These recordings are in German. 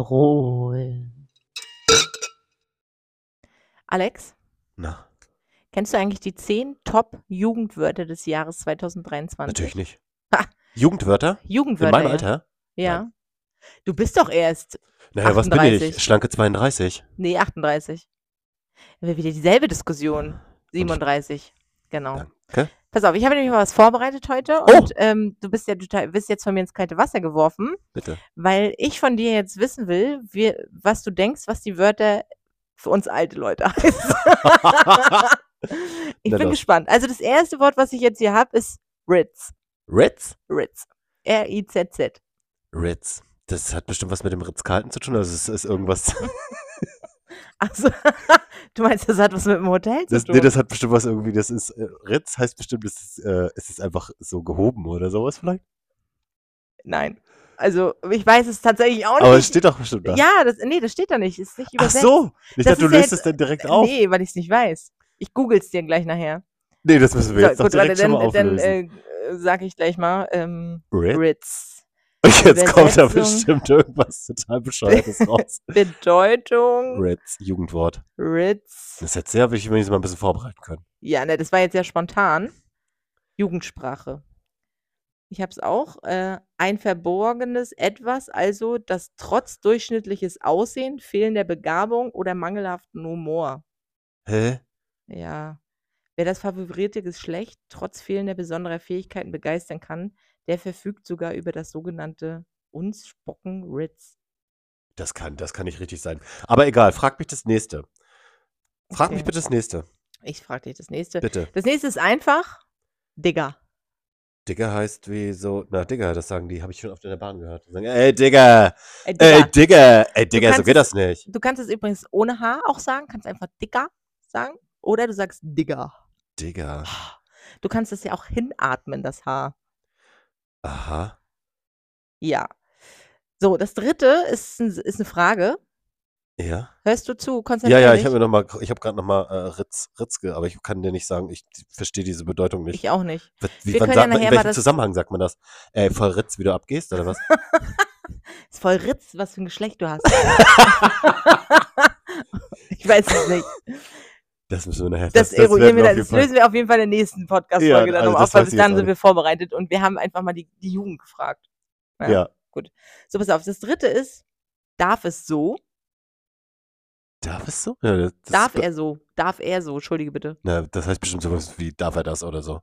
Rhabarberrollen. Alex, Na, kennst du eigentlich die 10 Top-Jugendwörter des Jahres 2023? natürlich nicht. Ha. Jugendwörter? Jugendwörter. In meinem ja. Alter? Ja. Du bist doch erst, Naja, was bin 38. ich? Schlanke 32. nee, 38. Haben wir wieder dieselbe Diskussion. 37, genau. Danke. Pass auf, ich habe nämlich mal was vorbereitet heute Oh. und ähm, du bist ja total, bist jetzt von mir ins kalte Wasser geworfen, Bitte. weil ich von dir jetzt wissen will, wie, was du denkst, was die Wörter für uns alte Leute heißen. ich Na bin los. gespannt. Also das erste Wort, was ich jetzt hier habe, ist Ritz. Ritz? Ritz. R-I-Z-Z. Ritz. Das hat bestimmt was mit dem Ritz-Carlton zu tun. Also es ist irgendwas. Also, du meinst, das hat was mit dem Hotel zu Das, tun? nee, das hat bestimmt was irgendwie. Das ist äh, Ritz heißt bestimmt, es ist, äh, es ist einfach so gehoben oder sowas vielleicht. Nein. Also, ich weiß es tatsächlich auch Aber es nicht. steht doch bestimmt da. ja, das, nee, das steht da nicht. Ist nicht Ach übersetzt. so. Ich Das dachte, du ist ja löst jetzt- es dann direkt auf. Nee, weil ich es nicht weiß. Ich google's dir gleich nachher. Nee, das müssen wir jetzt so, doch gut, warte, direkt schon dann, mal dann auflösen. äh, sage ich gleich mal ähm, Ritz? Ritz. Jetzt kommt da Übersetzung. bestimmt irgendwas total Bescheuertes raus. Bedeutung. Ritz, Jugendwort. Ritz. Das hätte sehr wichtig, wenn ich es mal ein bisschen vorbereiten können. Ja, ne, das war jetzt ja spontan. Jugendsprache. Ich habe es auch. Äh, ein verborgenes Etwas, also das trotz durchschnittliches Aussehen, fehlender Begabung oder mangelhaften Humor. Hä? Ja. Wer das favorierte Geschlecht trotz fehlender besonderer Fähigkeiten begeistern kann, der verfügt sogar über das sogenannte uns spucken Ritz. Das kann, das kann nicht richtig sein. Aber egal, frag mich das nächste. Frag mich Okay. Äh. bitte das nächste. Ich frage dich das nächste. Bitte. Das nächste ist einfach Digger. Digger heißt wie so. Na, Digger, das sagen die, habe ich schon oft in der Bahn gehört. Die sagen, ey, Digger, Äh, Digger. ey, Digger, ey, Digger, so kannst geht es- das nicht. Du kannst es übrigens ohne H auch sagen, kannst einfach Dicker sagen oder du sagst Digger. Digger. Du kannst es ja auch hinatmen, das H. Aha. Ja. So, das dritte ist, ein- ist eine Frage. Ja. Hörst du zu? Ja, Konzentrier ja, ich dich. habe noch mal, ich habe gerade noch mal äh, Ritz, Ritzke, aber ich kann dir nicht sagen, ich verstehe diese Bedeutung nicht. Ich auch nicht. Was- Wir Wie, wann können ja sagt man, nachher in mal welchem das- Zusammenhang sagt man das? Ey, voll Ritz, wie du abgehst, oder was? Ist voll Ritz, was für ein Geschlecht du hast. ich weiß es nicht. Das müssen wir nachher. Das, eruieren wir, werden auf dann- jeden das Fall- lösen wir auf jeden Fall in der nächsten Ja, Podcast-Folge dann also noch das auf, weil weiß bis ich jetzt dann auch sind wir nicht. vorbereitet und wir haben einfach mal die, die Jugend gefragt. wir- Ja. So, pass auf, das dritte ist, darf es so? Darf es so? Ja, das, das- Darf er so? Darf er so? Entschuldige bitte. Na, das heißt bestimmt sowas wie, darf er das oder so.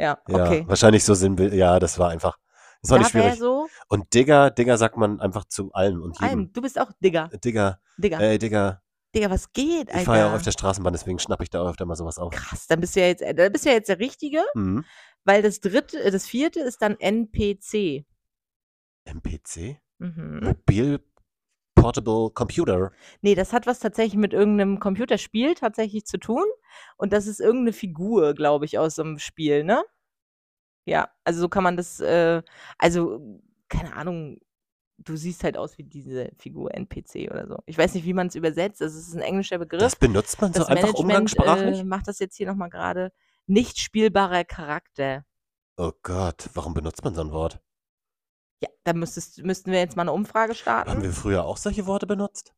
Ja, Ja, okay. wahrscheinlich so sind wir. Ja, das war einfach. Das war Darf nicht er schwierig. so? Und Digger, Digger sagt man einfach zu allem und jedem. Alm, du bist auch Digger. Digger, Digger, ey, Digger. Digger, was geht, Alter? Äh, Ich fahre ja auch auf der Straßenbahn, deswegen schnapp ich da öfter mal sowas auf. Krass, dann bist du ja jetzt, äh, dann bist du ja jetzt der Richtige, Mhm. weil das dritte, äh, das vierte ist dann NPC. MPC? Mhm. Mobil Portable Computer. Nee, Ne, das hat was tatsächlich mit irgendeinem Computerspiel tatsächlich zu tun. Und das ist irgendeine Figur, glaube ich, aus so einem Spiel, ne? Ja, also so kann man das, äh, also, keine Ahnung, du siehst halt aus wie diese Figur NPC oder so. Ich weiß nicht, wie man es übersetzt. Also, es ist ein englischer Begriff. Das benutzt man so Das einfach Management umgangssprachlich? äh, macht das jetzt hier nochmal gerade. Nicht spielbarer Charakter. Oh Gott, warum benutzt man so ein Wort? Ja, da müsstest, müssten wir jetzt mal eine Umfrage Haben starten. wir früher auch solche Worte benutzt?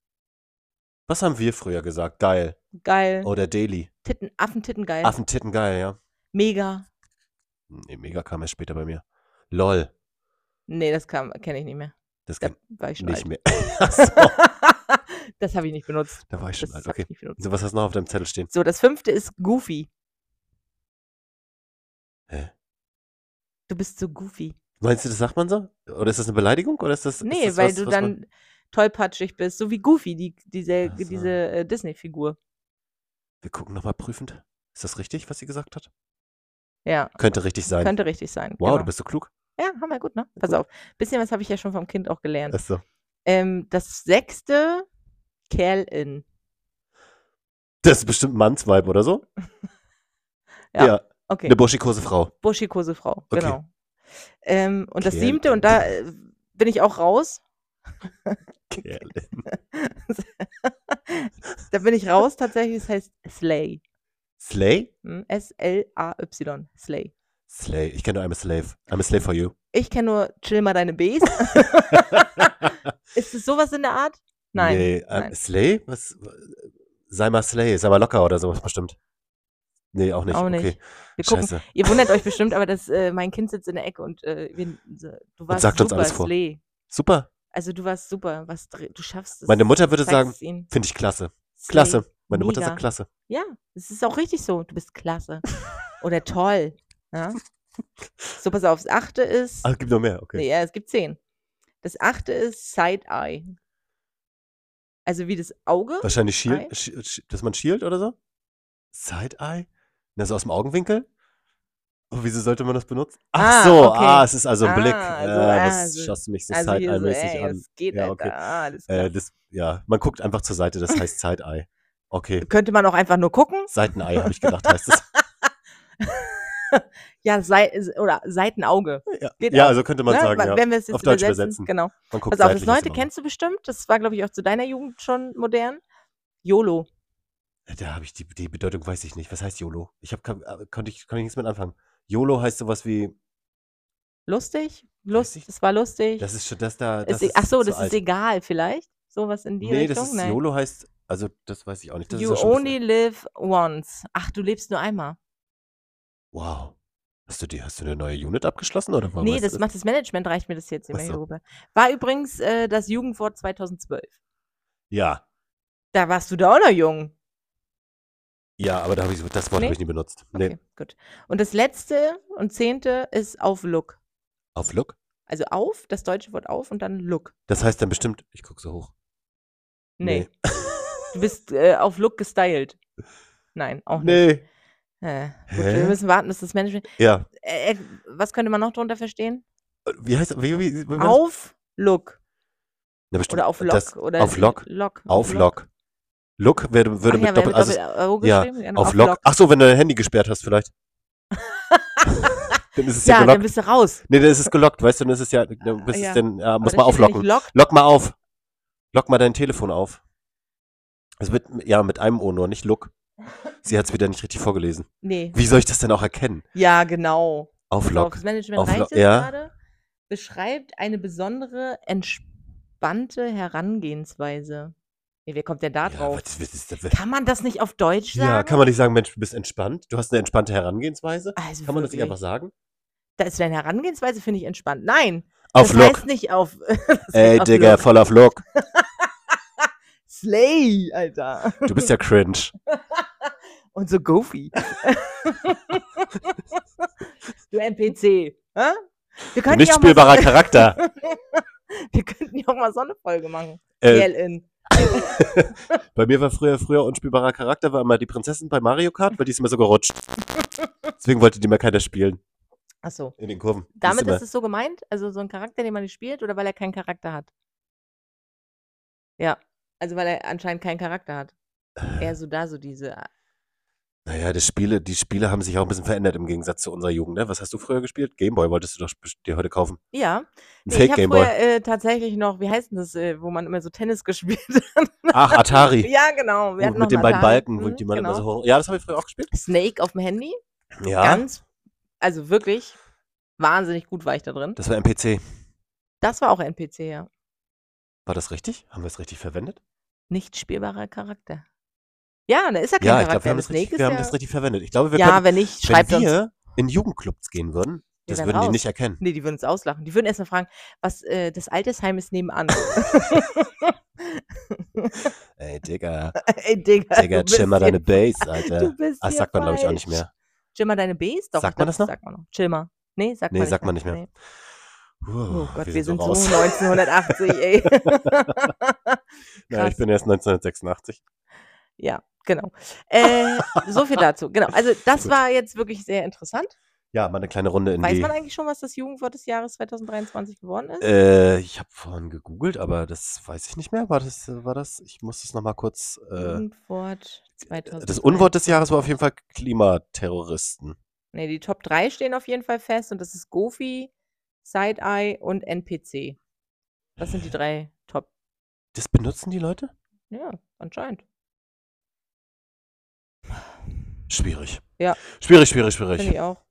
Was haben wir früher gesagt? Geil. Geil. Oder Daily. Titten, Affentitten geil. Affentitten geil, ja. Hm, Mega. Nee, mega kam erst später bei mir. LOL. Nee, Ne, das kenne ich nicht mehr. Das Da kann war ich schon alt. nicht mehr. Ach so, das habe ich nicht benutzt. da war ich schon Das alt. hab Okay. ich nicht benutzt. So, was hast du noch auf deinem Zettel stehen? So, das fünfte ist Goofy. Hä? Du bist so goofy. Meinst du, das sagt man so? Oder ist das eine Beleidigung? Oder ist das, Nee, ist das weil was, du was dann man- tollpatschig bist, so wie Goofy, die, diese, Ach so. diese äh, Disney-Figur. Wir gucken nochmal prüfend. Ist das richtig, was sie gesagt hat? Ja, Könnte richtig sein. könnte richtig sein. wow, genau. du bist so klug. Ja, hammer gut, ne? Pass Gut. auf. Bisschen was habe ich ja schon vom Kind auch gelernt. Ach so. Ähm, das sechste, Kerl in. Das ist bestimmt ein Mannsweib oder so. Ja. Okay. Eine buschikose Frau. buschikose Frau, Ne Okay. genau. Ähm, und das Kerl siebte, und in. da äh, bin ich auch raus. Kerlin. Da bin ich raus tatsächlich, das heißt Slay. Slay? Hm? S-L-A-Y. Slay. Slave. Ich kenne nur I'm a Slave. I'm a Slave for you. Ich kenne nur Chill mal deine Bs. Ist es sowas in der Art? Nein. Nee, ähm, nein. Slay? Was? Sei mal Slay, sei mal locker oder sowas bestimmt. Nee, auch nicht. Auch nicht. Okay, Wir gucken. scheiße. Ihr wundert euch bestimmt, aber das, äh, mein Kind sitzt in der Ecke und äh, wir, du warst sagt uns super, alles vor. Slee. Super. Also du warst super, was dr- du schaffst es. Meine Mutter würde zeigst sagen, es ihnen. finde ich klasse. Slee. Klasse. Meine Mutter Mega. sagt klasse. Ja, es ist auch richtig so. Du bist klasse. Oder toll. Ja? So, pass auf, das achte ist. Ah, gibt noch mehr, okay. Nee, ja, es gibt zehn. Das achte ist Side-Eye. Also wie das Auge. Wahrscheinlich Ei? Shield, Shi- Shi- dass man Shield oder so? Side-Eye? Na, so aus dem Augenwinkel? Oh, wieso sollte man das benutzen? Ach Ah, so, okay. ah, es ist also ein Ah, Blick. also, äh, ah, das also- schaust du mich so also hier so, Side-Eye-mäßig ey, an. das geht, Ja, ja, okay. Alter. Ah, alles klar. Äh, das, ja, man guckt einfach zur Seite, das heißt Side-Eye. Okay, Könnte man auch einfach nur gucken. Seitenei habe ich gedacht, heißt es. Ja, sei, oder Seitenauge. Ja, Geht ja auch. also könnte man ne? sagen, Wa- ja. Wenn wir es jetzt Auf Deutsch übersetzen. übersetzen. Genau. Man Pass auf, guckt das seitlich neunte aus dem kennst du bestimmt. Das war, glaube ich, auch zu deiner Jugend schon modern. YOLO. Auge. Da habe ich die, die Bedeutung, weiß ich nicht. Was heißt YOLO? Ich hab, kann, konnte ich, konnte ich nichts mit anfangen. YOLO heißt sowas wie, Lustig? ich- Lust, das war lustig. das ist schon, das da, das Ist ist, e- ach so, zu das alt. ist egal vielleicht. Sowas in die Nee, Richtung. das ist Nein. YOLO heißt, also das weiß ich auch nicht. Das you ist ja schon ein only live once. Ach, du lebst nur einmal. bisschen- Wow. Hast du, die, hast du eine neue Unit abgeschlossen oder warum nee, hast das du macht das Management, reicht mir das jetzt immer Ach hier so. rüber. War übrigens äh, das Jugendwort 2012. Ja, Da warst du da auch noch jung. ja, aber da hab ich, so- das Wort Nee? habe ich nie benutzt. Nee. Okay, gut. Und das letzte und zehnte ist auf Look. Auf Look? Also auf, das deutsche Wort auf und dann Look. Das heißt dann bestimmt, ich gucke so hoch. Nee. Du bist äh, auf Look gestylt. Nein, auch nicht. Nee. Äh, gut, Hä? wir müssen warten, bis das Management. Ja. Äh, äh, was könnte man noch darunter verstehen? Wie heißt wie, wie, wie Auf Look Na, bestimmt, oder auf Lock Das, oder auf Lock. Lock Auf Lock. Look würde, würde Ach mit ja, wer Doppel. Also, Doppel-O ja, geschrieben? Genau, auf Lock. Ach so, wenn du dein Handy gesperrt hast, vielleicht. dann ist es ja, Ja, dann gelockt. bist du raus. Nee, dann ist es gelockt, weißt du, dann ist es ja, dann bist ja. es denn, ja, muss Aber man das steht ja nicht auflocken. Lock. Lock mal auf. Lock mal dein Telefon auf. Es wird, ja, mit einem O nur, nicht Look. Sie hat es wieder nicht richtig vorgelesen. Nee. Wie soll ich das denn auch erkennen? Ja, genau. Auf Lock. Lock. Aufs Management Auf reicht Lock, es ja. gerade. Beschreibt eine besondere, entspannte Herangehensweise. Nee, wer kommt denn da ja, drauf? was, was ist das? Kann man das nicht auf Deutsch sagen? ja, kann man nicht sagen, Mensch, du bist entspannt. Du hast eine entspannte Herangehensweise. also Kann man das nicht wirklich. einfach sagen? Da ist deine Herangehensweise, finde ich entspannt. Nein, Auf das Lock. heißt nicht auf. Ey, auf Digga, Lock. voll auf Lock. Slay, Alter. Du bist ja cringe. Und so goofy. du NPC. Hä? Wir Du könnten nicht ja auch mal so- spielbarer Charakter. Wir könnten ja auch mal so eine Folge machen. Äh, Yell in. bei mir war früher, früher unspielbarer Charakter, war immer die Prinzessin bei Mario Kart, weil die ist immer so gerutscht. Deswegen wollte die mir keiner spielen. Achso. In den Kurven. Die Damit immer, ist es so gemeint? Also so ein Charakter, den man nicht spielt oder weil er keinen Charakter hat? Ja. Also weil er anscheinend keinen Charakter hat. Äh. Eher so da, so diese. Naja, das Spiele, die Spiele haben sich auch ein bisschen verändert im Gegensatz zu unserer Jugend. Ne? Was hast du früher gespielt? Gameboy wolltest du doch bes- dir heute kaufen. Ja. Ein Nee, ich Fake habe Gameboy. früher äh, tatsächlich noch, wie heißt denn das, äh, wo man immer so Tennis gespielt hat? Ach, Atari. ja, genau. Gut, mit den beiden Balken, wo die man immer so hoch. Ja, das habe ich früher auch gespielt. Mhm, Snake auf dem Handy. genau. Ja. Ganz, also wirklich, wahnsinnig gut war ich da drin. Das war MPC. Das war auch NPC, ja. War das richtig? Haben wir es richtig verwendet? Nicht spielbarer Charakter. Ja, da ist ja kein Ja, ich glaube, Charakter. wir, haben das, Snake richtig, ist wir ja, haben das richtig verwendet. Ich glaube, wir ja, können, wenn nicht, schreibt wenn uns. wir in Jugendclubs gehen würden, Wir das wären würden die raus. nicht erkennen. Nee, die würden uns auslachen. Die würden erst mal fragen, was äh, das Altersheim ist nebenan. Ey, Digga, Ey, Digga. Digga, du bist chill mal deine hier- Base, Du Alter. bist Das hier sagt man, glaube ich, auch nicht falsch. mehr. Chill mal deine Bs? Doch, Sagt ich glaub, man das noch? Sagt man noch. Chill mal. Nee, sagt Nee, man nicht. sagt man nicht mehr. Oh Gott, wir, sind raus. so 1980, ey. Ja, ich bin erst 1986. Ja, genau. Äh, so viel dazu. Genau. Also das Gut. war jetzt wirklich sehr interessant. Ja, mal eine kleine Runde in Weiß die. man eigentlich schon, was das Jugendwort des Jahres 2023 geworden ist? Äh, ich habe vorhin gegoogelt, aber das weiß ich nicht mehr. War das, äh, war das? Ich muss es nochmal kurz. Mhm, Äh, Jugendwort 2023. das Unwort des Jahres war auf jeden Fall Klimaterroristen. Nee, Ne, die Top 3 stehen auf jeden Fall fest und das ist Goofy, Side-Eye und NPC. Das sind die drei Top. Das benutzen die Leute? Ja, anscheinend. Schwierig. Ja. Schwierig, schwierig, schwierig. Finde ich auch.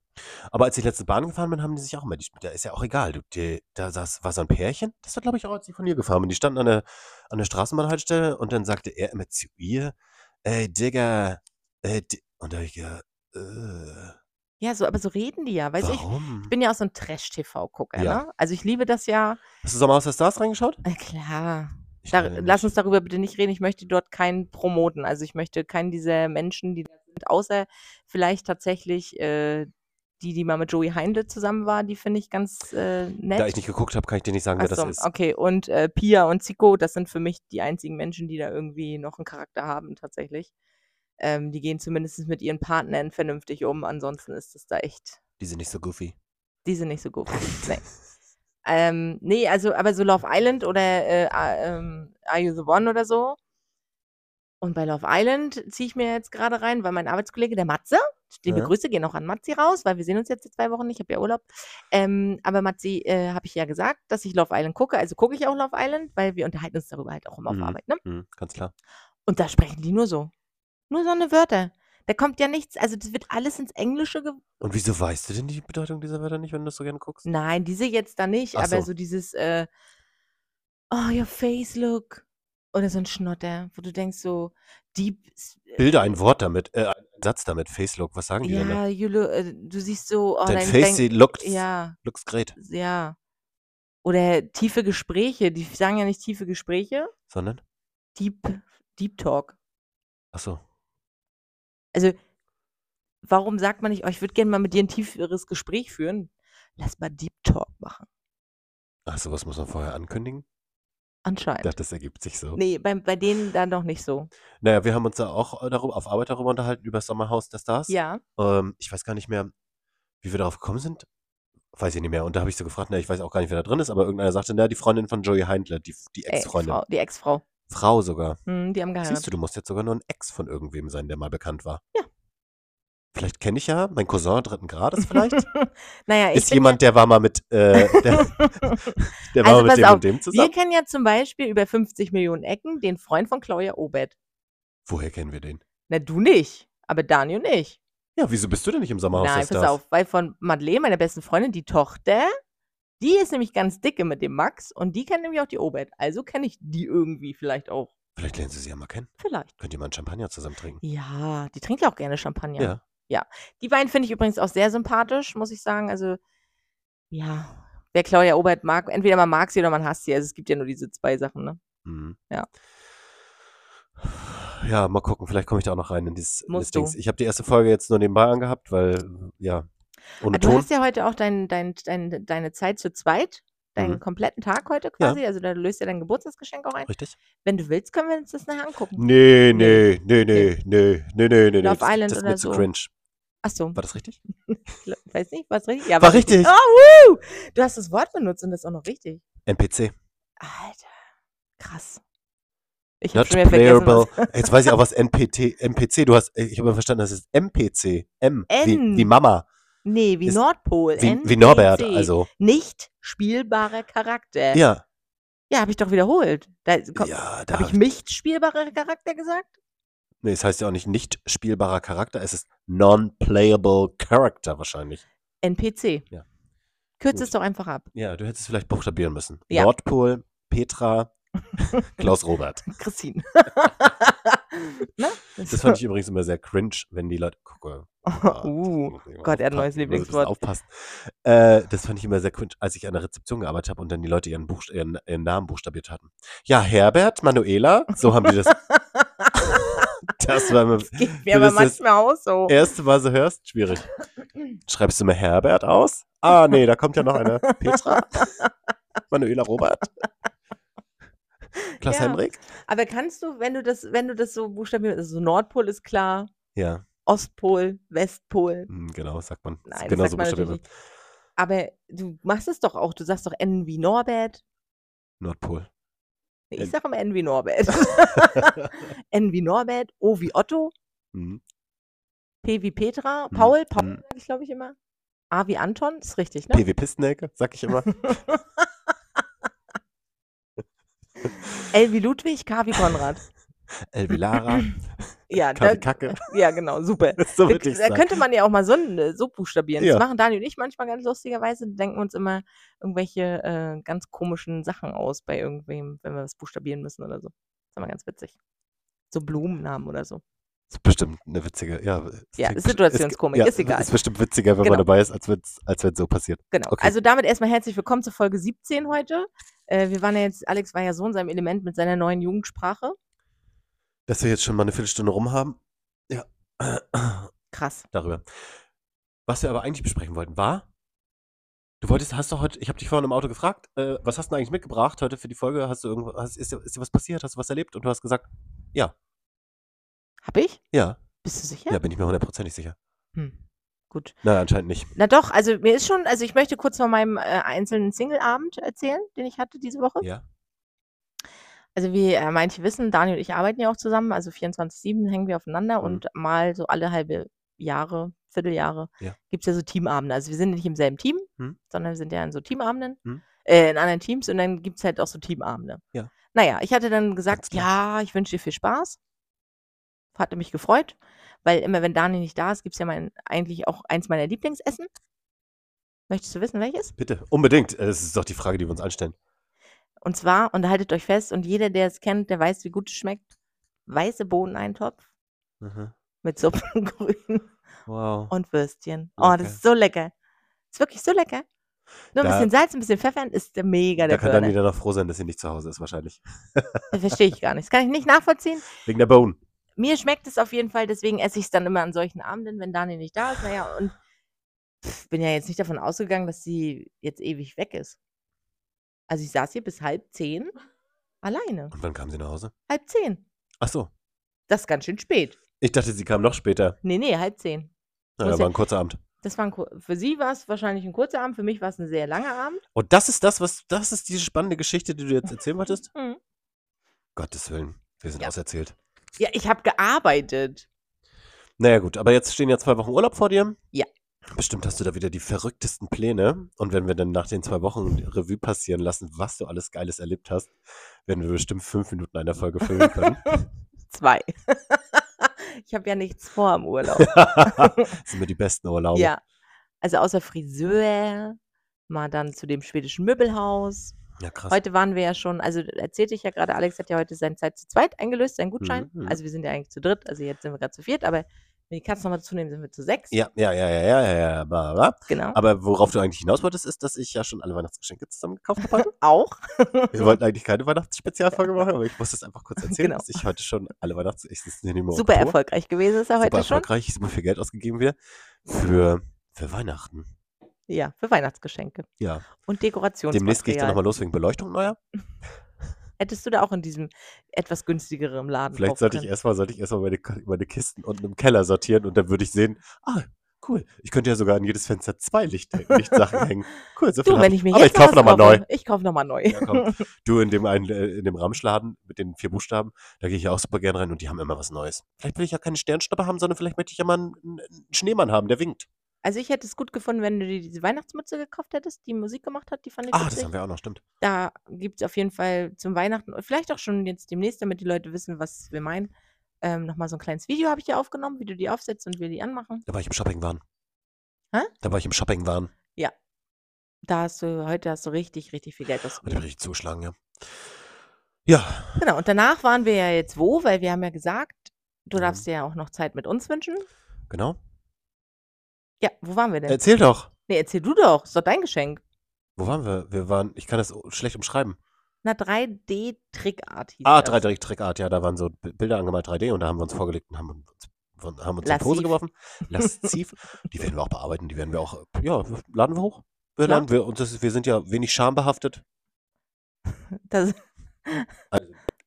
Aber als ich letzte Bahn gefahren bin, haben die sich auch immer, die, da ist ja auch egal, du, die, da saß, war so ein Pärchen, das war glaube ich auch, als ich von hier gefahren bin. Die standen an der, an der Straßenbahnhaltestelle und dann sagte er immer zu ihr, ey Digga, ey, Di-" und da hab ich gedacht, äh, Ja, so, aber so reden die ja. Weiß Also ich, warum? ich bin ja auch so ein Trash-TV-Gucker, Ja. ne? Also ich liebe das ja. Hast du Sommer aus der Stars reingeschaut? Äh, Klar. Ich Da, leider lass nicht. uns darüber bitte nicht reden. Ich möchte dort keinen promoten. Also ich möchte keinen dieser Menschen, die da sind, außer vielleicht tatsächlich äh, die, die mal mit Joey Heindl zusammen war. Die finde ich ganz äh, nett. Da ich nicht geguckt habe, kann ich dir nicht sagen, wer Achso, das ist. okay. Und äh, Pia und Zico, das sind für mich die einzigen Menschen, die da irgendwie noch einen Charakter haben, tatsächlich. Ähm, die gehen zumindest mit ihren Partnern vernünftig um. Ansonsten ist es da echt, Die sind nicht so goofy. die sind nicht so gut. Nee. ähm, nee, also, aber so Love Island oder äh, ah, ähm, Are You the One oder so. Und bei Love Island ziehe ich mir jetzt gerade rein, weil mein Arbeitskollege, der Matze, liebe Ja. Grüße gehen auch an Matzi raus, weil wir sehen uns jetzt in zwei Wochen nicht, ich habe ja Urlaub. Ähm, aber Matzi, äh, habe ich ja gesagt, dass ich Love Island gucke, also gucke ich auch Love Island, weil wir unterhalten uns darüber halt auch immer Mhm. auf Arbeit. Ne? Hm, ganz klar. Und da sprechen die nur so. Nur so eine Wörter. Da kommt ja nichts, also das wird alles ins Englische ge Und wieso weißt du denn die Bedeutung dieser Wörter nicht, wenn du das so gerne guckst? Nein, diese jetzt da nicht, Ach aber so. so dieses äh, Oh, your face look. Oder so ein Schnotter, wo du denkst so, deep. s- Bilde ein Wort damit, äh, einen Satz damit, Facelook, was sagen die denn Ja, da? you look, äh, du siehst so, oh, Dein dein Face dein- looks, Ja, looks great. ja. Oder tiefe Gespräche, die sagen ja nicht tiefe Gespräche, Sondern? deep, deep talk. Achso. Warum sagt man nicht, oh, ich würde gerne mal mit dir ein tieferes Gespräch führen? Lass mal Deep Talk machen. Achso, was muss man vorher ankündigen? Ich Anscheinend. dachte, das ergibt sich so. Äh, Nee, bei, bei denen dann noch nicht so. Naja, wir haben uns da auch äh, darüber, auf Arbeit darüber unterhalten, über das Sommerhaus der Stars. Ja. Ähm, ich weiß gar nicht mehr, wie wir darauf gekommen sind. Weiß ich nicht mehr. Und da habe ich so gefragt, na, ich weiß auch gar nicht, wer da drin ist, aber irgendeiner sagte, na, die Freundin von Joey Heindler, die, die äh, Ex-Freundin. Frau- Die Ex-Frau. Frau sogar. Hm, die haben Siehst geheiratet. du, du musst jetzt sogar nur ein Ex von irgendwem sein, der mal bekannt war. Ja. Vielleicht kenne ich ja meinen Cousin dritten Grades vielleicht. naja, ich ist bin jemand, der war mal mit, äh, der, der war Also mal mit pass dem auf, und dem ja, wir zusammen. kennen ja zum Beispiel über 50 Millionen Ecken den Freund von Claudia Obert. Woher kennen wir den? Na, du nicht, aber Daniel nicht. Ja, wieso bist du denn nicht im Sommerhaus Nein, der pass Stars? auf, weil von Madeleine, meiner besten Freundin, die Tochter, die ist nämlich ganz dicke mit dem Max und die kennt nämlich auch die Obert. Also kenne ich die irgendwie vielleicht auch. Vielleicht lernst du sie ja mal kennen. Vielleicht. Könnt ihr mal einen Champagner zusammen trinken? Ja, die trinkt ja auch gerne Champagner. Ja. Die beiden finde ich übrigens auch sehr sympathisch, muss ich sagen. Also, ja, wer Claudia Obert mag, entweder man mag sie oder man hasst sie. Also es gibt ja nur diese zwei Sachen, ne? Mhm. Ja. Ja, mal gucken. Vielleicht komme ich da auch noch rein in dieses, in das Musst du. Dings. Ich habe die erste Folge jetzt nur nebenbei angehabt, weil, ja, ohne Ah, Du Ton. hast ja heute auch dein, dein, dein, deine Zeit zu zweit, deinen Mhm. kompletten Tag heute Ja. quasi. Also da löst ja dein Geburtstagsgeschenk auch ein. Richtig? Wenn du willst, können wir uns das nachher angucken. Nee, Nee. nee, nee, nee, nee, nee, nee, nee. Love das, Island das ist oder mir zu so. cringe. Achso, War das richtig? weiß nicht, war es richtig? Ja, War richtig. Oh, wuhu! Du hast das Wort benutzt und das auch noch richtig. NPC. Alter, krass. Ich hab Not schon wieder vergessen. playable. Was, Jetzt weiß ich auch, was NPT, MPC, du hast, ich habe verstanden, das ist MPC. M. N. Wie, wie Mama. nee, wie Ist- Nordpol. Wie, wie NPC. Norbert, also. Nicht spielbarer Charakter. Ja. ja habe ich doch wiederholt. Da, Äh, komm, Ja, da habe ich nicht spielbarer Charakter gesagt? Nee, es heißt ja auch nicht nicht spielbarer Charakter, es ist non-playable Character wahrscheinlich. NPC. Ja. Kürze Gut. es doch einfach ab. Ja, du hättest es vielleicht buchstabieren müssen. Ja. Nordpol, Petra, Klaus Robert. Christine. ne? Das fand ich übrigens immer sehr cringe, wenn die Leute. Gucke. Uh, Gott, er hat ein neues Lieblingswort. Aufpassen. Äh, das fand ich immer sehr cringe, als ich an der Rezeption gearbeitet habe und dann die Leute ihren, Buchst ihren, ihren Namen buchstabiert hatten. Ja, Herbert, Manuela, so haben die das. das war immer, Geht Du mir aber bist das- manchmal auch so. erste Mal so hörst, schwierig. Schreibst du mir Herbert aus? Ah, nee, da kommt ja noch eine. Petra? Manuela Robert? Klaus Ja. Henrik? Aber kannst du, wenn du das, wenn du das so buchstabierst, also Nordpol ist klar, Ja, Ostpol, Westpol. hm, genau, sagt man. Nein, genau das sagt man buchstabiert natürlich nicht. Aber du machst es doch auch. Du sagst doch N wie Norbert. Nordpol. Nee, N- Ich sage immer N wie Norbert. N wie Norbert, O wie Otto, Hm, P wie Petra, Hm, Paul, Paul hm. sag ich glaube ich immer. A wie Anton, ist richtig, ne? PW Pistenecke, sag ich immer. L wie Ludwig, K wie Konrad. Elvilara, Ja, da, Kaffee Kacke. ja genau, super. So Wir, würde ich da sagen. könnte man ja auch mal so, ein- so buchstabieren. Ja. Das machen Daniel und ich manchmal ganz lustigerweise. Die denken uns immer irgendwelche äh, ganz komischen Sachen aus bei irgendwem, wenn wir was buchstabieren müssen oder so. Das ist immer ganz witzig. So Blumennamen oder so. Das ist bestimmt eine witzige, ja. es Ja, klingt ist besti- Situationskomik, ja, ist egal. Ist bestimmt witziger, wenn Genau. man dabei ist, als wenn es als wenn's so passiert. Genau. Okay. Also damit erstmal herzlich willkommen zur Folge 17 heute. Äh, wir waren ja jetzt, Alex war ja so in seinem Element mit seiner neuen Jugendsprache. Dass wir jetzt schon mal eine Viertelstunde rumhaben, ja, Krass. darüber. Was wir aber eigentlich besprechen wollten, war, du wolltest, hast du heute, ich habe dich vorhin im Auto gefragt, äh, was hast du denn eigentlich mitgebracht heute für die Folge? Hast du irgendwas, hast, ist, dir- ist dir was passiert? Hast du was erlebt? Und du hast gesagt, Hab ich? ja, Bist du sicher? ja, bin ich mir hundertprozentig sicher. Hm. Gut. Nein, anscheinend nicht. Na doch, also mir ist schon, also ich möchte kurz von meinem äh, einzelnen Single-Abend erzählen, den ich hatte diese Woche. Ja, Also wie äh, manche wissen, Daniel und ich arbeiten ja auch zusammen, also 24-7 hängen wir aufeinander Mhm. und mal so alle halbe Jahre, Vierteljahre Ja. gibt es ja so Teamabende. Also wir sind nicht im selben Team, Mhm. sondern wir sind ja in so Teamabenden, Mhm. äh, in anderen Teams und dann gibt es halt auch so Teamabende. Ja. Naja, ich hatte dann gesagt, ja, ich wünsche dir viel Spaß. Hatte mich gefreut, weil immer wenn Daniel nicht da ist, gibt es ja mein, eigentlich auch eins meiner Lieblingsessen. Möchtest du wissen, welches? bitte, unbedingt. Äh, Das ist doch die Frage, die wir uns anstellen. Und zwar, und haltet euch fest, und jeder, der es kennt, der weiß, wie gut es schmeckt, weiße Bohneneintopf Mhm. mit Suppengrün Wow. und Würstchen. Oh, Lecker. das ist so lecker. Ist wirklich so lecker. Nur ein Da- bisschen Salz, ein bisschen Pfeffer, dann ist der mega da der kann dann Burner. jeder noch froh sein, dass sie nicht zu Hause ist, wahrscheinlich. Das verstehe ich gar nicht. Das kann ich nicht nachvollziehen. Wegen der Bone. Mir schmeckt es auf jeden Fall, deswegen esse ich es dann immer an solchen Abenden, wenn Daniel nicht da ist. Naja, und pff, bin ja jetzt nicht davon ausgegangen, dass sie jetzt ewig weg ist. Also ich saß hier bis halb zehn alleine. Und wann kam sie nach Hause? Halb zehn. Ach so. Das ist ganz schön spät. Ich dachte, sie kam noch später. Nee, nee, Ne, halb zehn. Na, Muss da ja- war ein kurzer Abend. Das war ein, kur- für sie war es wahrscheinlich ein kurzer Abend, für mich war es ein sehr langer Abend. Und das ist das, was, das ist diese spannende Geschichte, die du jetzt erzählen wolltest? Mhm. Gottes Willen, wir sind Ja. auserzählt. Ja, ich habe gearbeitet. Naja gut, aber jetzt stehen ja zwei Wochen Urlaub vor dir. Ja. Bestimmt hast du da wieder die verrücktesten Pläne. Und wenn wir dann nach den zwei Wochen Revue passieren lassen, was du alles Geiles erlebt hast, werden wir bestimmt fünf Minuten einer Folge füllen können. Zwei. ich habe ja nichts vor im Urlaub. sind wir die besten Urlaube. ja. Also außer Friseur, mal dann zu dem schwedischen Möbelhaus. ja krass. Heute waren wir ja schon, also erzählte ich ja gerade, Alex hat ja heute seine Zeit zu zweit eingelöst, seinen Gutschein. Mhm, mhm. Also wir sind ja eigentlich zu dritt, also jetzt sind wir gerade zu viert, aber wenn die Katze nochmal zunehmen, sind wir zu sechs. ja, ja, ja, ja, ja, ja, ja, bla, bla. Genau. Aber worauf du eigentlich hinaus wolltest, ist, dass ich ja schon alle Weihnachtsgeschenke zusammen gekauft habe. heute. Auch. Wir wollten eigentlich keine Weihnachtsspezialfolge machen, aber ich musste es einfach kurz erzählen, Genau. dass ich heute schon alle Weihnachts... Ich sitze hier im Super Oktober. erfolgreich gewesen ist er Super heute schon. erfolgreich, super viel Geld ausgegeben wieder für, für Weihnachten. Ja, für Weihnachtsgeschenke Ja, und Dekorationsmaterial. demnächst gehe ich dann nochmal los wegen Beleuchtung neuer. Hättest du da auch in diesem etwas günstigeren Laden Vielleicht kaufen sollte ich können. erstmal sollte ich erstmal meine, K- meine Kisten unten im Keller sortieren und dann würde ich sehen, ah, cool, ich könnte ja sogar an jedes Fenster zwei Licht, äh, Lichtsachen hängen. Cool, so viel Du, hab wenn ich mir Aber jetzt ich kaufe noch was nochmal neu. Ich kaufe nochmal neu. Ja, komm. Du in dem einen, äh, in dem Ramschladen mit den vier Buchstaben, da gehe ich ja auch super gerne rein und die haben immer was Neues. Vielleicht will ich ja keine Sternschnuppe haben, sondern vielleicht möchte ich ja mal einen, einen Schneemann haben, der winkt. Also ich hätte es gut gefunden, wenn du dir diese Weihnachtsmütze gekauft hättest, die Musik gemacht hat, die fand ich Ah, das witzig. haben wir auch noch, stimmt. Da gibt es auf jeden Fall zum Weihnachten und vielleicht auch schon jetzt demnächst, damit die Leute wissen, was wir meinen. Ähm, nochmal so ein kleines Video habe ich ja aufgenommen, wie du die aufsetzt und wir die anmachen. Da war ich im Shoppingwahn. Hä? Da war ich im Shoppingwahn. Da hast du, heute hast du richtig, richtig viel Geld Und ich ausgegeben. richtig zugeschlagen, ja. Ja, Genau, und danach waren wir ja jetzt wo, weil wir haben ja gesagt, du Mhm. darfst dir ja auch noch Zeit mit uns wünschen. genau. Ja, wo waren wir denn? Erzähl doch. nee, Ne, erzähl du doch, ist doch dein Geschenk. Wo waren wir? Wir waren, ich kann das o- schlecht umschreiben. Na, 3D-Trickart hieß Ah, das. 3D-Trickart, ja, da waren so B- Bilder angemalt 3D und da haben wir uns vorgelegt und haben uns, von- haben uns in die Lasziv. Hose geworfen. Lasziv. die werden wir auch bearbeiten, die werden wir auch, äh, ja, w- laden wir hoch. Wir, Klar. laden, wir, und das, ist- wir sind ja wenig schambehaftet. Das,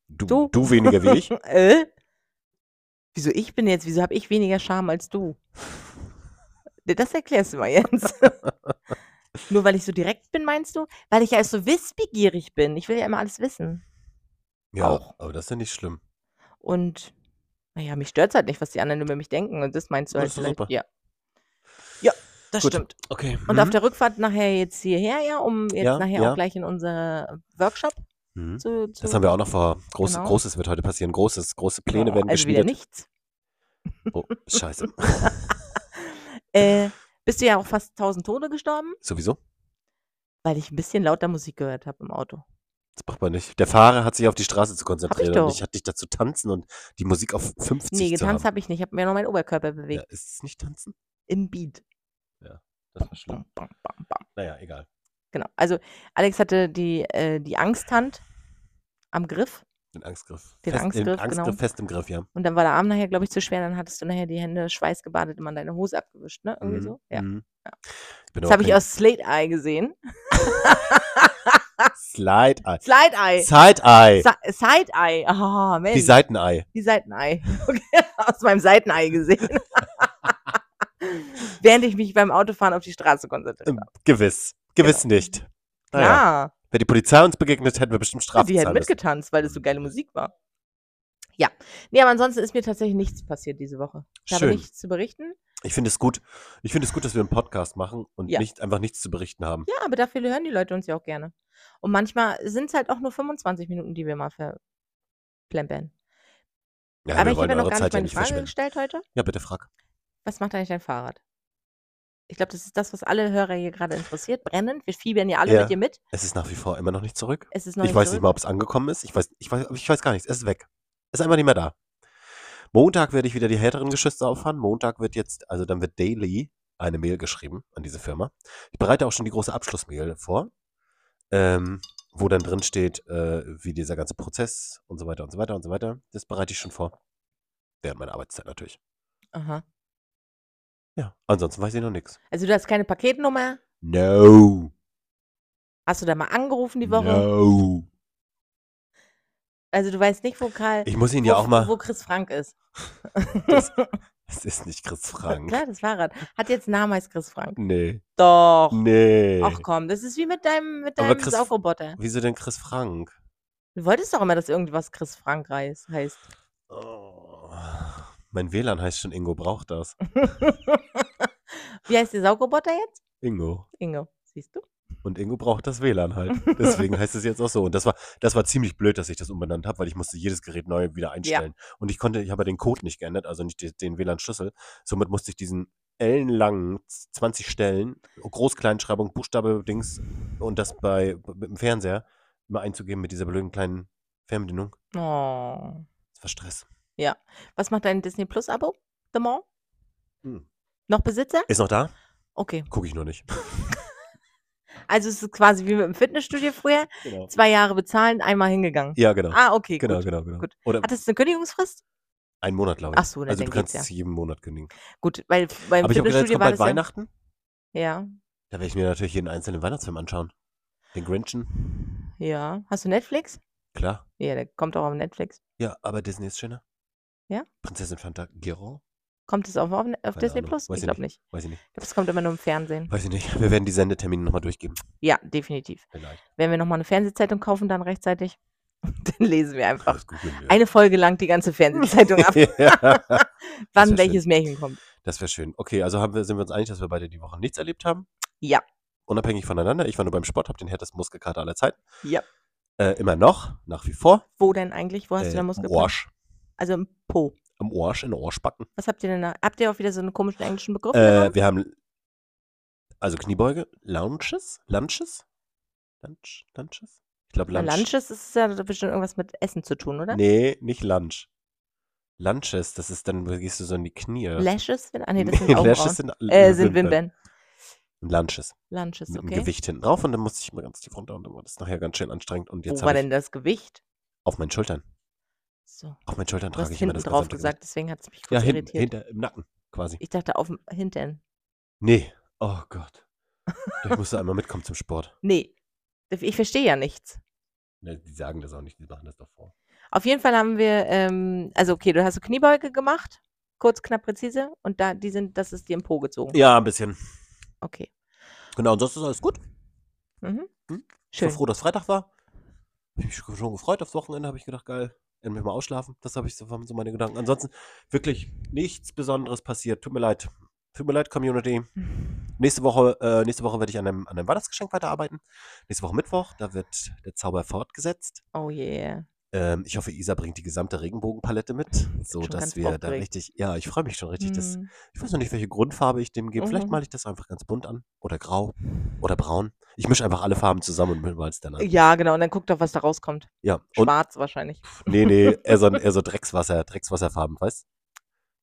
Du, Du. du. weniger wie ich. äh? Wieso ich bin jetzt, wieso habe ich weniger Charme als du? Nee, Das erklärst du mal jetzt. Nur weil ich so direkt bin, meinst du? Weil ich ja so wissbegierig bin. Ich will ja immer alles wissen. Ja, Auch. aber das ist ja nicht schlimm. Und naja, mich stört halt nicht, was die anderen über mich denken. Und das meinst du Das halt ist doch vielleicht. super. Ja. ja, das Gut. stimmt. Okay. Und auf der Rückfahrt nachher jetzt hierher, ja, um jetzt Ja, nachher ja. auch gleich in unser Workshop. Mhm. Zu, zu, Das haben wir auch noch vor. Groß, Genau. Großes wird heute passieren. Großes, große Pläne Ja, werden also wieder geschmiedet. nichts. Oh, scheiße. Äh, bist du ja auch fast 1000 Tode gestorben, Sowieso? weil ich ein bisschen lauter Musik gehört habe im Auto. Das macht man nicht. Der Fahrer hat sich auf die Straße zu Hab konzentrieren ich und doch. ich hatte dich dazu tanzen und die Musik auf 50 nee, zu getanzt haben. habe ich nicht. Ich habe mir noch meinen Oberkörper Ja, bewegt. ist es nicht tanzen? Im Beat. Das war schlimm. Bam, bam, bam, bam. Naja, egal. Genau. Also, Alex hatte die, äh, die Angsthand am Griff Den Angstgriff. Den fest, Angstgriff, den Angstgriff genau. fest im Griff, ja. und dann war der Arm nachher, glaube ich, zu schwer. Dann hattest du nachher die Hände schweißgebadet immer an deine Hose abgewischt, ne? Irgendwie Mhm, so. Ja. mhm. Ja. Ich bin Das aber habe ich kein aus Slate Eye gesehen. Slide-Eye. Slide Eye. Side-Eye. Sa- Side Eye. Ah, Mensch. Die Seitenei. Die Seitenei. Okay, aus meinem Seitenei gesehen. Während ich mich beim Autofahren auf die Straße konzentriert Ähm, habe. Gewiss. Gewiss nicht. Naja. Genau. Klar, Wäre die Polizei uns begegnet, hätten wir bestimmt Strafen die hätten zahlen müssen. mitgetanzt, weil das so geile Musik war. Ja. Nee, aber ansonsten ist mir tatsächlich nichts passiert diese Woche. Ich habe Schön. nichts zu berichten. Ich finde es gut. Ich finde es gut, dass wir einen Podcast machen und Ja. nicht einfach nichts zu berichten haben. Ja, aber dafür hören die Leute uns ja auch gerne. Und manchmal sind es halt auch nur 25 Minuten, die wir mal verplempern. Ja, aber wir ich wollen habe ja noch eure gar nicht Zeit ja meine nicht Frage verschwenden. gestellt heute. Ja, bitte frag. Was macht eigentlich dein Fahrrad? Ich glaube, das ist das, was alle Hörer hier gerade interessiert. Brennend. Wir fiebern ja alle Ja. mit dir mit. Es ist nach wie vor immer noch nicht zurück. Es ist noch ich weiß zurück. nicht mal, ob es angekommen ist. Ich weiß, ich, weiß, ich weiß gar nichts. Es ist weg. Ist einfach nicht mehr da. Montag werde ich wieder die härteren Geschütze auffahren. Montag wird jetzt, also dann wird daily eine Mail geschrieben an diese Firma. Ich bereite auch schon die große Abschlussmail vor, ähm, wo dann drin steht, äh, wie dieser ganze Prozess und so weiter und so weiter und so weiter. Das bereite ich schon vor. Während meiner Arbeitszeit natürlich. Aha. Ja, ansonsten weiß ich noch nichts. Also du hast keine Paketnummer? No. Hast du da mal angerufen die Woche? No. Also du weißt nicht, wo Karl, Ich muss ihn wo, ja auch mal. wo Chris Frank ist. Das, das ist nicht Chris Frank. Klar, das Fahrrad. Hat jetzt einen Namen, heißt Chris Frank. Nee. Doch. Nee. Ach komm, das ist wie mit deinem, mit Aber deinem Chris- Saugroboter. Wieso denn Chris Frank? Du wolltest doch immer, dass irgendwas Chris Frank reis- heißt. Oh. Mein WLAN heißt schon Ingo braucht das. Wie heißt der Saugroboter jetzt? Ingo. Ingo, siehst du? Und Ingo braucht das WLAN halt. Deswegen heißt es jetzt auch so. Und das war, das war ziemlich blöd, dass ich das umbenannt habe, weil ich musste jedes Gerät neu wieder einstellen. Und ich konnte, ich habe ja den Code nicht geändert, also nicht die- den WLAN-Schlüssel. Somit musste ich diesen ellenlangen 20 Stellen, Groß-Kleinschreibung, Buchstabe, Dings und das bei mit dem Fernseher immer einzugeben mit dieser blöden kleinen Fernbedienung. Oh. Das war Stress. Was macht dein Disney Plus Abo? The Mall? Hm. Noch Besitzer? Ist noch da? Okay. Gucke ich nur nicht. Also es ist quasi wie mit dem Fitnessstudio früher. Genau. Zwei Jahre bezahlen, einmal hingegangen. Ja, genau. Ah, okay. genau, gut. genau, genau. gut. Oder Hat es eine Kündigungsfrist? einen Monat, glaube ich. Ach so, na, also du dann geht's kannst es jeden Monat kündigen. Gut, weil beim Aber ich habe gedacht, jetzt Fitnessstudio kommt war bald das ja, Weihnachten. ja. Da werde ich mir natürlich jeden einzelnen Weihnachtsfilm anschauen. Den Grinchen, Ja. Hast du Netflix? klar. Ja, der kommt auch auf Netflix. Ja, aber Disney ist schöner. Ja? Prinzessin Fantagiro? Kommt es auch auf, ne, auf Keine Disney Ahnung, Plus? weiß Ich ich glaube nicht. Weiß ich nicht. Ich glaube, es kommt immer nur im Fernsehen. Weiß ich nicht. Wir werden die Sendetermine nochmal durchgeben. Ja, definitiv. Vielleicht. Wenn wir nochmal eine Fernsehzeitung kaufen, dann rechtzeitig, dann lesen wir einfach Das googeln wir. eine Folge lang die ganze Fernsehzeitung ab, ja, wär wann schön. welches Märchen kommt. das wäre schön. Okay, also haben wir, sind wir uns einig, dass wir beide die Woche nichts erlebt haben? Ja. Unabhängig voneinander. Ich war nur beim Sport, habe den härtesten Muskelkater aller Zeiten. Ja. Äh, immer noch, nach wie vor. Wo denn eigentlich? Wo hast äh, du da Im Muskelkater? Orsch. Also im Po. Am Orsch, in der Orschbacken. Was habt ihr denn da? Habt ihr auch wieder so einen komischen englischen Begriff? Äh, genommen? wir haben also Kniebeuge, Lunches, Lunches, Lunch, Lunches. Ich glaube Na, Lunch. Lunches ne? das ist ja bestimmt irgendwas mit Essen zu tun, oder? Nee, nicht Lunch. Lunches, das ist dann gehst du so in die Knie. Lashes? Ah, nee, das sind Lashes Augenbrauen. sind, Äh, sind Wimpern. Wimpern. Und Lunches Lunches, mit einem okay. Gewicht hinten drauf und dann musste ich immer ganz tief runter und dann war das nachher ganz schön anstrengend und Wo jetzt war habe ich denn das Gewicht? auf meinen Schultern, So. auf meinen Schultern Du hast trage ich immer hinten das drauf gesamte gesagt, deswegen hat es mich Gewicht. kurz Ja, hinten, irritiert. hinter im Nacken quasi. Ich dachte auf dem Hintern. Nee, oh Gott. ich musste einmal mitkommen zum Sport. Nee. Ich verstehe ja nichts. Ne, Die sagen das auch nicht, die machen das doch vor. Auf jeden Fall haben wir, ähm, also okay, du hast so Kniebeuge gemacht, kurz, knapp, präzise, und da, die sind, das ist dir im Po gezogen. Ja, ein bisschen. Okay. Genau, und sonst ist alles gut. Mhm. Hm? Ich Schön. war froh, dass Freitag war. Hab mich schon gefreut aufs Wochenende, habe ich gedacht, geil, endlich mal ausschlafen. Das habe ich so, waren so meine Gedanken. Ansonsten wirklich nichts Besonderes passiert. Tut mir leid. Tut mir leid, Community. Nächste Woche, äh, nächste Woche werde ich an einem, an einem Weihnachtsgeschenk weiterarbeiten. Nächste Woche Mittwoch, da wird der Zauber fortgesetzt. Oh yeah. Ähm, ich hoffe, Isa bringt die gesamte Regenbogenpalette mit, so schon ganz dass wir da aufgeregt. richtig. Ja, ich freue mich schon richtig. Das, Hm. ich weiß noch nicht, welche Grundfarbe ich dem gebe. Vielleicht Mhm. male ich das einfach ganz bunt an. Oder grau. Oder braun. Ich mische einfach alle Farben zusammen und mal es dann an. Ja, genau. Und dann guckt doch, was da rauskommt. Ja. Und, Schwarz wahrscheinlich. nee, nee, eher so, ein- eher so Dreckswasser, Dreckswasserfarben, weißt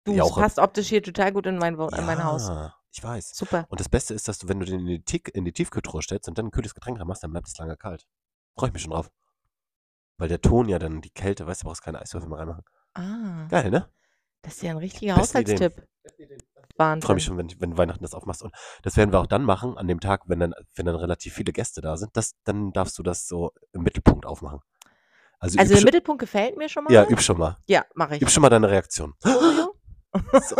Du, es Jauche. passt optisch hier total gut in mein, Wo- Oh, in mein Haus. Ich weiß. Super. Und das Beste ist, dass du, wenn du den in die, Tick, in die Tiefkühltruhe stellst und dann ein kühles Getränk reinmachst, dann bleibt es lange kalt. Freue ich mich schon drauf. Weil der Ton ja dann die Kälte, weißt du, brauchst keine Eiswürfel mehr reinmachen. Ah, Geil, ne? das ist ja ein richtiger Beste Ideen. Haushaltstipp. Ich freue Wahnsinn. mich schon, wenn, wenn Weihnachten das aufmachst. Und das werden wir auch dann machen, an dem Tag, wenn dann, wenn dann relativ viele Gäste da sind. Das, dann darfst du das so im Mittelpunkt aufmachen. Also Also, üb der schon, Mittelpunkt gefällt mir schon mal. ja, üb schon mal. ja mache ich. Oh, Üb schon mal deine Reaktion. Entschuldigung. So.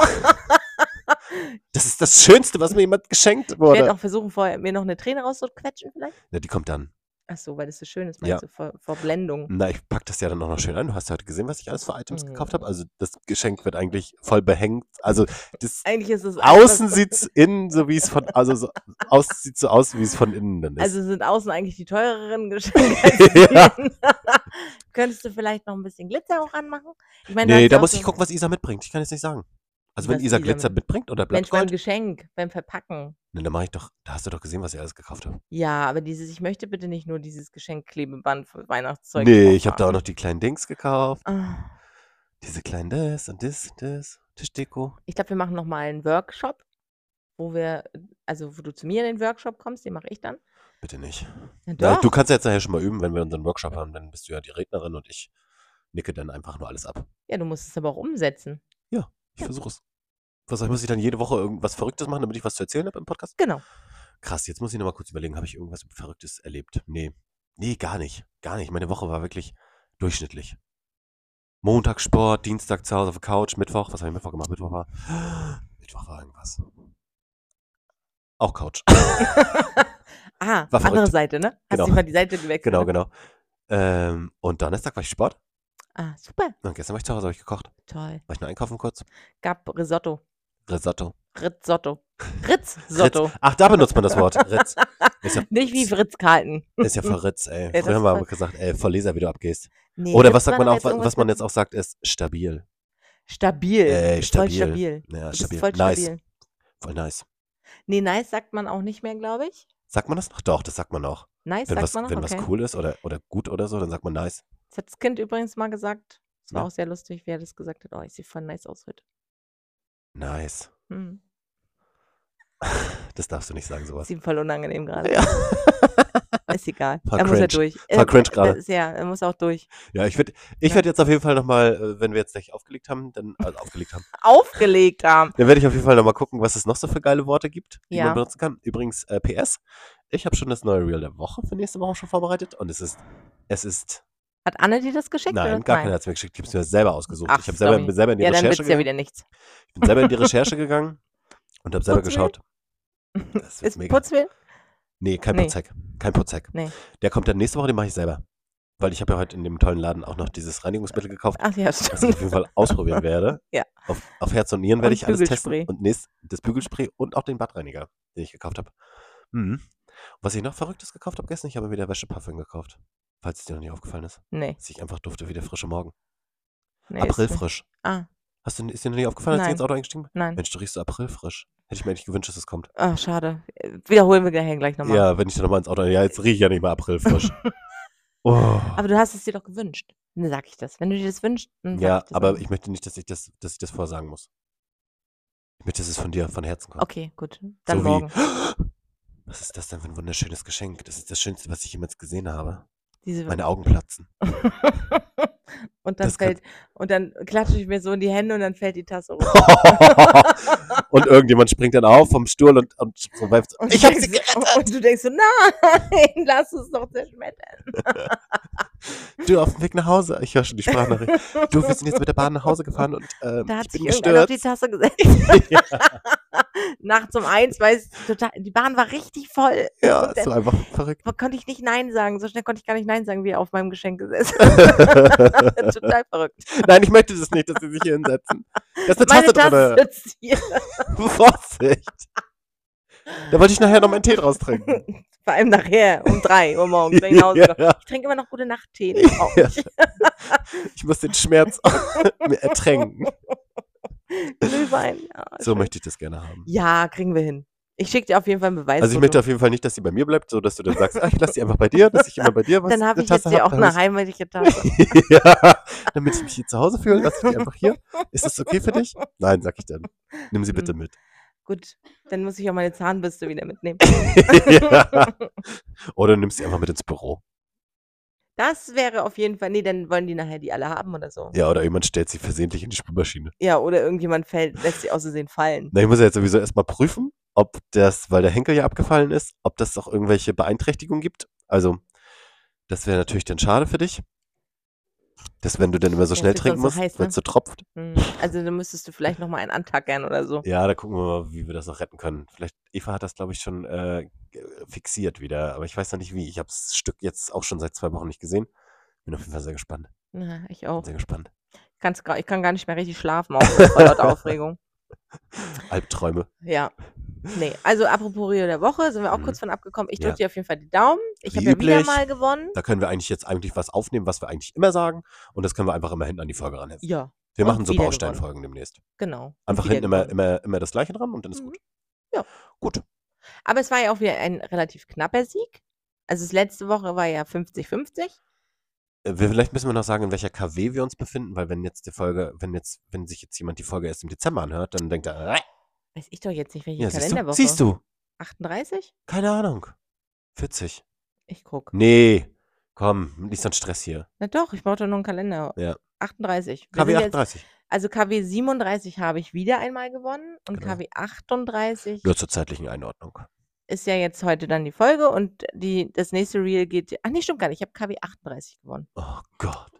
Das ist das Schönste, was mir jemand geschenkt Ich werde wurde. auch versuchen, vorher mir noch eine Träne rauszuquetschen vielleicht. Na, die kommt dann. Ach so, weil das so schön ist, Ja. Hm. meinst du, vor, vor Blendung. Na, ich pack das ja dann auch noch schön ein. Du hast ja heute gesehen, was ich alles für Items gekauft habe. Mhm. Also das Geschenk wird eigentlich voll behängt. Also das Eigentlich ist es Außen einfach- sieht's innen so wie es von also so aus sieht so aus wie es von innen dann ist. Also sind außen eigentlich die teureren Geschenke. ja. Könntest du vielleicht noch ein bisschen Glitzer auch anmachen? Ich meine, Nee, hast da ja auch muss ich so- gucken, was Isa mitbringt. Ich kann jetzt nicht sagen. Also wenn Was Isa Isa Glitzer mit- mitbringt oder Mensch, beim Blattgold, Geschenk, beim Verpacken. ne, dann mache ich doch. Da hast du doch gesehen, was ich alles gekauft habe. Ja, aber dieses, ich möchte bitte nicht nur dieses Geschenkklebeband für Weihnachtszeug. Nee, ich habe da auch noch die kleinen Dings gekauft. Ah, Diese kleinen das und das und das. Tischdeko. Ich glaube, wir machen nochmal einen Workshop, wo wir, also wo du zu mir in den Workshop kommst, den mache ich dann. Bitte nicht. Ja, Na, doch. du kannst jetzt nachher schon mal üben, wenn wir unseren Workshop haben, dann bist du ja die Rednerin und ich nicke dann einfach nur alles ab. ja, du musst es aber auch umsetzen. Ich versuche es. Was muss ich dann jede Woche irgendwas Verrücktes machen, damit ich was zu erzählen habe im Podcast? Genau. Krass, jetzt muss ich nochmal kurz überlegen, habe ich irgendwas Verrücktes erlebt? Nee. Nee, gar nicht. Gar nicht. Meine Woche war wirklich durchschnittlich. Montag Sport, Dienstag zu Hause auf der Couch, Mittwoch, was habe ich Mittwoch gemacht? Mittwoch war. Mittwoch war irgendwas. Auch Couch. Ah, War andere verrückt. Seite, ne? Hast Genau. du mal die Seite gewechselt? genau, ne? genau. Ähm, und Donnerstag war ich Sport. Ah, super. Und gestern war ich zu Hause, habe ich gekocht. Toll. War ich nur einkaufen kurz. Gab Risotto. Risotto. Rizzotto. Rizzotto. Ritz. Ach, da benutzt man das Wort. Ritz. Ist ja, Nicht wie Fritz Kalten. ist ja voll Ritz, ey. das Früher haben wir ist aber gesagt, ey, voll Leser, wie du abgehst. Nee, Oder Fritz was sagt war man doch auch, jetzt wa- irgendwas was man mit jetzt auch sagt, ist stabil. Stabil. Ey, Du bist voll stabil. stabil. Ja, Du bist stabil. voll nice. stabil. Voll nice. Nee, nice sagt man auch nicht mehr, glaube ich. Sagt man das noch? Doch, das sagt man auch. Nice Wenn, sagt was, man noch. wenn okay. was cool ist oder, oder gut oder so, dann sagt man nice. Das hat das Kind übrigens mal gesagt. Das war Ja. auch sehr lustig, wie er das gesagt hat. Oh, ich sehe voll nice aus heute. Nice. Hm. Das darfst du nicht sagen, sowas. Ist ihm voll unangenehm gerade. Ja. Ist egal. Voll er muss ja cringe. durch. Voll cringe das gerade. ist Ja, er muss auch durch. Ja, ich werde ich Ja. werd jetzt auf jeden Fall nochmal, wenn wir jetzt gleich aufgelegt haben, dann also aufgelegt haben, Aufgelegt haben. dann werde ich auf jeden Fall nochmal gucken, was es noch so für geile Worte gibt, die Ja. man benutzen kann. Übrigens, äh, PS, ich habe schon das neue Reel der Woche für nächste Woche schon vorbereitet und es ist, es ist, Hat Anne dir das geschickt? nein, oder? gar keiner hat es mir geschickt, ich habe es mir selber ausgesucht. Ach, ich habe selber, sorry. bin selber in die Ja, dann wird's Recherche ja gegangen. wieder nichts. Ich bin selber in die Recherche gegangen und habe selber Putzmittel? geschaut. Das wird Ist mega. Putzwill? Nee, kein Nee. Putzhack. Kein Putzhack. Nee. Der kommt dann nächste Woche, den mache ich selber. Weil ich habe ja heute in dem tollen Laden auch noch dieses Reinigungsmittel gekauft, Ach ja, was ich stimmt. auf jeden Fall ausprobieren werde. Ja. Auf, auf Herz und Nieren werde Und ich alles testen. Bügelspray. Und nächst, das Bügelspray und auch den Badreiniger, den ich gekauft habe. Mhm. Und was ich noch Verrücktes gekauft habe gestern, ich habe mir wieder Wäscheparfüm gekauft. Falls es dir noch nicht aufgefallen ist. Nee. Dass ich einfach dufte wie der frische Morgen. nee ist, mir- Aprilfrisch. Ah, Hast du, ist dir noch nicht aufgefallen, als ich Nein. Mhm. ins Auto eingestiegen bin? nein. Mensch, du riechst so aprilfrisch. Hätte ich mir eigentlich gewünscht, dass es kommt. Ah, schade. Äh, Wiederholen wir gleich gleich nochmal. Ja, wenn ich dann nochmal ins Auto. Ja, jetzt rieche ich ja nicht mehr April frisch. oh. Aber du hast es dir doch gewünscht. Dann sag ich das. Wenn du dir das wünschst, dann sag ja, ich das aber auch. ich möchte nicht, dass ich das, dass ich das vorsagen muss. Ich möchte, dass es von dir von Herzen kommt. Okay, gut. Dann so morgen. Wie, was ist das denn für ein wunderschönes Geschenk? Das ist das Schönste, was ich jemals gesehen habe. Diese Meine Augen platzen. und dann Das kann- fällt und dann klatsche ich mir so in die Hände und dann fällt die Tasse runter. und irgendjemand springt dann auf vom Stuhl und, und so weift. Und Ich du hab sie denkst- gerettet. Und du denkst so, nein, lass es doch zerschmettern. Du auf dem Weg nach Hause. Ich höre schon die Sprachnachricht. Du, wir sind jetzt mit der Bahn nach Hause gefahren und ähm, Da hat ich sich bin irgendeiner auf die gestürzt. Tasse gesetzt. Nachts um eins, weil es total, die Bahn war richtig voll. Ja, Und es dann war einfach verrückt. konnte ich nicht Nein sagen. So schnell konnte ich gar nicht Nein sagen, wie er auf meinem Geschenk gesessen hat. Total verrückt. Nein, ich möchte das nicht, dass sie sich hier hinsetzen. Das ist eine Meine Tasse Tasse drin. sitzt hier. Vorsicht. Da wollte ich nachher noch meinen Tee draus trinken. Vor allem nachher, um 3 Uhr morgens, wenn ich nach Hause komme. ja, Ich trinke immer noch gute Nachtee. den brauch Ja. ich. ich muss den Schmerz mir ertränken. Glühwein. Ja, So schön. möchte ich das gerne haben. ja, kriegen wir hin. Ich schicke dir auf jeden Fall einen Beweis. Also ich möchte auf jeden Fall nicht, dass die bei mir bleibt, so dass du dann sagst, ach, ich lasse die einfach bei dir, dass ich immer bei dir was Dann habe eine ich jetzt Tasse hier hab, auch dann hab eine heimatliche Tasche. ich- ja, damit ich mich hier zu Hause fühle, lasse ich die einfach hier. Ist das okay für dich? Nein, sag ich dann. Nimm sie bitte Hm. mit. Gut, dann muss ich auch meine Zahnbürste wieder mitnehmen. ja. Oder nimm sie einfach mit ins Büro. Das wäre auf jeden Fall. Nee, dann wollen die nachher die alle haben oder so. Ja, oder jemand stellt sie versehentlich in die Spülmaschine. Ja, oder irgendjemand fällt, lässt sich aus Versehen fallen. Na, ich muss ja jetzt sowieso erstmal prüfen, ob das, weil der Henkel ja abgefallen ist, ob das auch irgendwelche Beeinträchtigungen gibt. Also, das wäre natürlich dann schade für dich. Dass wenn du dann immer so Ja, schnell es wird trinken sonst musst, so heiß, wenn's ne? so tropft. Hm, Also dann müsstest du vielleicht nochmal einen antackern oder so. Ja, da gucken wir mal, wie wir das noch retten können. Vielleicht, Eva hat das, glaube ich, schon äh, ge- fixiert wieder, aber ich weiß noch nicht wie. Ich habe das Stück jetzt auch schon seit zwei Wochen nicht gesehen. Bin auf jeden Fall sehr gespannt. Na, ich auch. Sehr gespannt. Kann's gar, ich kann gar nicht mehr richtig schlafen auch vor lauter Aufregung. Albträume. Ja. Nee, also apropos Rio der Woche, sind wir auch Mhm. kurz von abgekommen. Ich Ja. drücke dir auf jeden Fall die Daumen. Ich Wie habe ja wieder üblich. mal gewonnen. Da können wir eigentlich jetzt eigentlich was aufnehmen, was wir eigentlich immer sagen. Und das können wir einfach immer hinten an die Folge ranheften. Ja, Wir und machen so wieder Bausteinfolgen demnächst. genau. Einfach Wieder hinten immer, gewonnen. immer, immer das Gleiche dran und dann ist Mhm. gut. Ja. Gut. Aber es war ja auch wieder ein relativ knapper Sieg. Also das letzte Woche war ja 50-50. Mhm. Äh, Wir, vielleicht müssen wir noch sagen, in welcher KW wir uns befinden, weil wenn jetzt die Folge, wenn jetzt, wenn sich jetzt jemand die Folge erst im Dezember anhört, dann denkt er, äh, Weiß ich doch jetzt nicht, welche ja, siehst du, Kalenderwoche. siehst du, 38? keine Ahnung. 40. Ich guck. Nee, komm, nicht so ein Stress hier. Na doch, ich brauche doch nur einen Kalender. Ja. 38. Wir KW sind jetzt- 38. Also KW 37 habe ich wieder einmal gewonnen und Genau. KW 38 Nur zur zeitlichen Einordnung. ist ja jetzt heute dann die Folge und die, das nächste Reel geht. Ach nee, stimmt gar nicht. Ich habe KW 38 gewonnen. Oh Gott.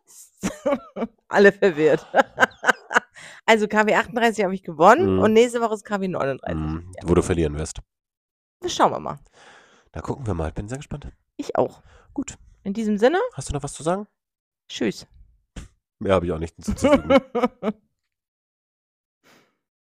Alle verwirrt. also KW 38 habe ich gewonnen Mhm. und nächste Woche ist KW 39. Mhm, Ja. Wo du verlieren wirst. Das schauen wir mal. Da gucken wir mal. Bin sehr gespannt. Ich auch. Gut. In diesem Sinne, Hast du noch was zu sagen? tschüss. Mehr habe ich auch nicht hinzuzufügen.